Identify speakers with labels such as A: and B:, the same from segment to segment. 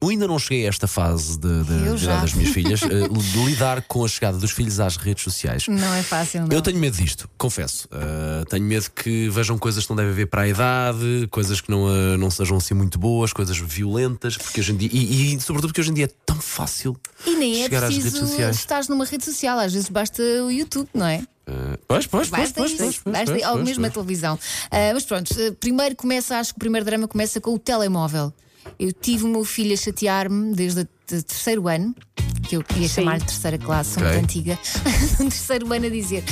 A: Eu ainda não cheguei a esta fase de, de-
B: Eu
A: de
B: já.
A: idade das minhas filhas, eh, de lidar com a chegada dos filhos às redes sociais.
B: Não é fácil, não.
A: Eu tenho medo disto, confesso. Uh, tenho medo que vejam coisas que não devem ver para a idade, coisas que não, uh, não sejam assim muito boas, coisas violentas, porque hoje em dia, e, e sobretudo porque hoje em dia é tão fácil
B: E nem é
A: chegar às redes
B: preciso
A: sociais.
B: estar numa rede social, às vezes basta o YouTube, não é?
A: Uh, pois, pois, pois,
B: Basta
A: pois,
B: isso,
A: pois, pois,
B: basta,
A: pois,
B: ou
A: pois,
B: mesmo assim, a
A: pois.
B: televisão. Ah, mas pronto, eh, primeiro começa, acho que o primeiro drama começa com o telemóvel. Eu tive o meu filho a chatear-me desde o te- terceiro ano, que eu ia chamar de terceira classe, sou
A: Ok.
B: muito antiga, no terceiro ano a dizer: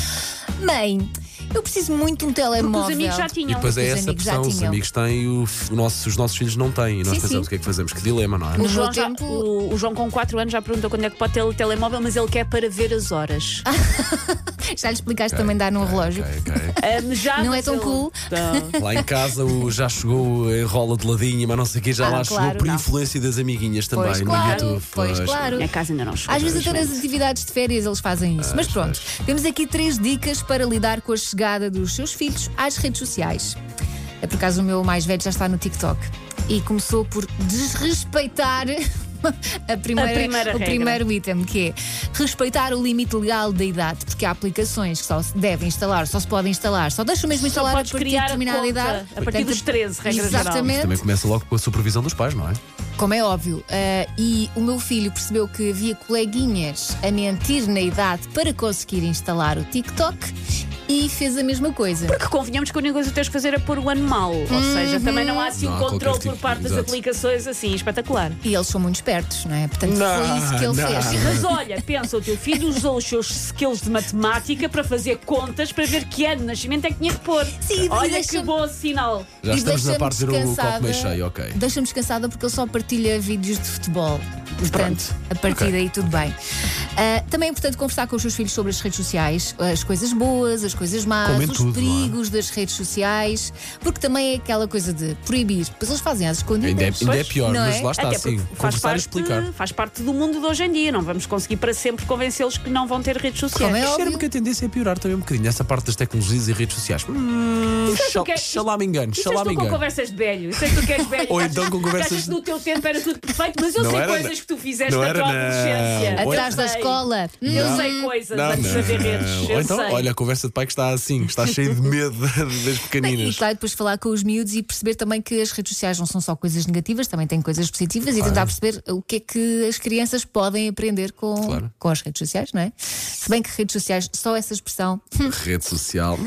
B: Mãe, eu preciso muito de um telemóvel.
C: Os amigos já tinham.
A: E depois é
B: Os
A: essa
B: amigos já
A: pressão, os
B: tinham.
A: amigos têm, o, o nosso- os nossos filhos não têm, e nós
B: Sim,
A: pensamos
B: sim.
A: o que é que fazemos, que dilema, não é?
B: No
C: O
B: meu
C: João, já-
B: tempo-
C: o- o João com 4 anos já perguntou quando é que pode ter o telemóvel, mas ele quer para ver as horas.
B: Ah, Já lhe explicaste também dar num relógio.
A: Ok, ok.
C: Ahm, já, Então,
B: Não é
C: mas
B: tão
C: ele-
B: cool.
C: Não.
A: Lá em casa o já chegou a enrola de ladinho, mas não sei o que, já
B: Ah,
A: lá
B: claro,
A: chegou por
B: não.
A: influência das amiguinhas também
B: Pois
A: no
B: claro,
A: YouTube.
B: pois claro.
C: Minha casa ainda não chegou.
B: Às vezes até nas atividades de férias eles fazem isso. Mas pronto, temos aqui três dicas para lidar com a chegada dos seus filhos às redes sociais. É por acaso o meu mais velho já está no TikTok e começou por desrespeitar. A primeira,
C: A primeira
B: o
C: regra.
B: primeiro item, que é respeitar o limite legal da idade, porque há aplicações que só se devem instalar, só se podem instalar, só deixam mesmo instalar a
C: podes
B: partir de
C: criar a
B: determinada
C: conta,
B: idade.
C: a partir dos 13, regra geral.
B: Exatamente.
A: Também começa logo com a supervisão dos pais, não é?
B: Como é óbvio, ah, e o meu filho percebeu que havia coleguinhas a mentir na idade para conseguir instalar o TikTok e fez a mesma coisa.
C: Porque convenhamos que a única coisa que tens de fazer é pôr o ano mal. Ou
B: Uhum.
C: seja, também não há assim
A: Não
C: um
A: há
C: controle
A: qualquer tipo-
C: por parte das
A: exato.
C: aplicações assim espetacular.
B: E eles são muito espertos, não é? Portanto, foi isso que ele
A: não.
B: fez.
C: Mas olha, pensa, o teu filho usou os seus skills de matemática para fazer contas para ver que ano de nascimento é que tinha que pôr.
B: Sim, e
C: olha que
B: deixa-me-
C: bom sinal.
A: Já
B: E
A: estamos na
B: deixa-me
A: parte de ver o copo
B: descansada-
A: meio cheio, ok.
B: Deixa-me descansada porque ele só partilha vídeos de futebol. Portanto, a partir
A: Ok.
B: daí tudo bem. Ah, também é importante conversar com os seus filhos sobre as redes sociais, ah, as coisas boas, as coisas más,
A: Como em
B: os
A: tudo, não é?
B: perigos das redes sociais, porque também é aquela coisa de proibir, pois eles fazem às escondidas.
A: Ainda é, ainda é
B: Pois,
A: pior,
B: não
A: mas
B: é?
A: lá está, assim,
C: Até
A: sim.
C: porque faz
A: Conversar e
C: parte,
A: explicar.
C: faz parte do mundo de hoje em dia. Não vamos conseguir para sempre convencê-los que não vão ter redes sociais.
B: Como é
A: Cheira-me
B: óbvio.
A: que a tendência é piorar também um bocadinho, essa parte das tecnologias e redes sociais. Hum,
C: o que é-
A: xalá me engano,
C: Isso és
A: xalá
C: tu
A: me
C: com
A: engano.
C: conversas de velho. Isso é que tu queres velho.
A: Ou então com
C: Tu
A: conversas-
C: achas que no teu tempo era tudo perfeito, mas eu
A: Não
C: sei
A: era,
C: coisas
A: não.
C: que tu fizeste
A: Não
C: na
A: era,
C: tua
A: não.
C: adolescência.
A: Ou-
B: Atrás
C: Eu
B: da
C: sei.
B: escola. Hum.
C: Eu sei coisas antes de haver redes.
A: Ou
C: eu
A: então,
C: sei.
A: olha, a conversa de pai que está assim, que está cheio de medo das
B: E tá-
A: pequeninas.
B: claro, depois falar com os miúdos e perceber também que as redes sociais não são só coisas negativas, também têm coisas positivas e tentar perceber o que é que as crianças podem aprender com,
A: Claro.
B: com as redes sociais, não é? Se bem que redes sociais, só essa expressão
A: Rede social.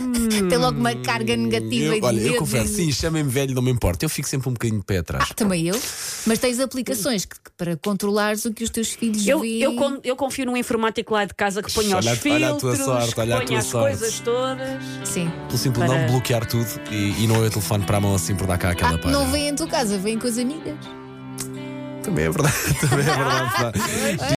B: tem logo uma carga negativa e
A: Hum, Eu,
B: de
A: olha, eu
B: medo
A: confesso,
B: e-
A: sim, chamem-me velho, não me importa. Eu fico sempre um bocadinho de pé atrás.
B: Também eu, mas tens aplicações que- que para controlares o que os teus filhos
C: Eu,
B: veem.
C: eu, con- eu confio num informático lá de casa que põe os
A: Olha a-
C: filtros,
A: olha a tua sorte, olha a
C: põe
A: tua
C: as
A: sorte.
C: coisas todas.
B: Sim.
A: Pelo simples
C: Para-
A: não bloquear tudo e, e não é o telefone para a mão assim por dar cá aquela
B: Ah,
A: pá.
B: não vêm em tua casa, vêm com as amigas.
A: Também é verdade, também é verdade. pá.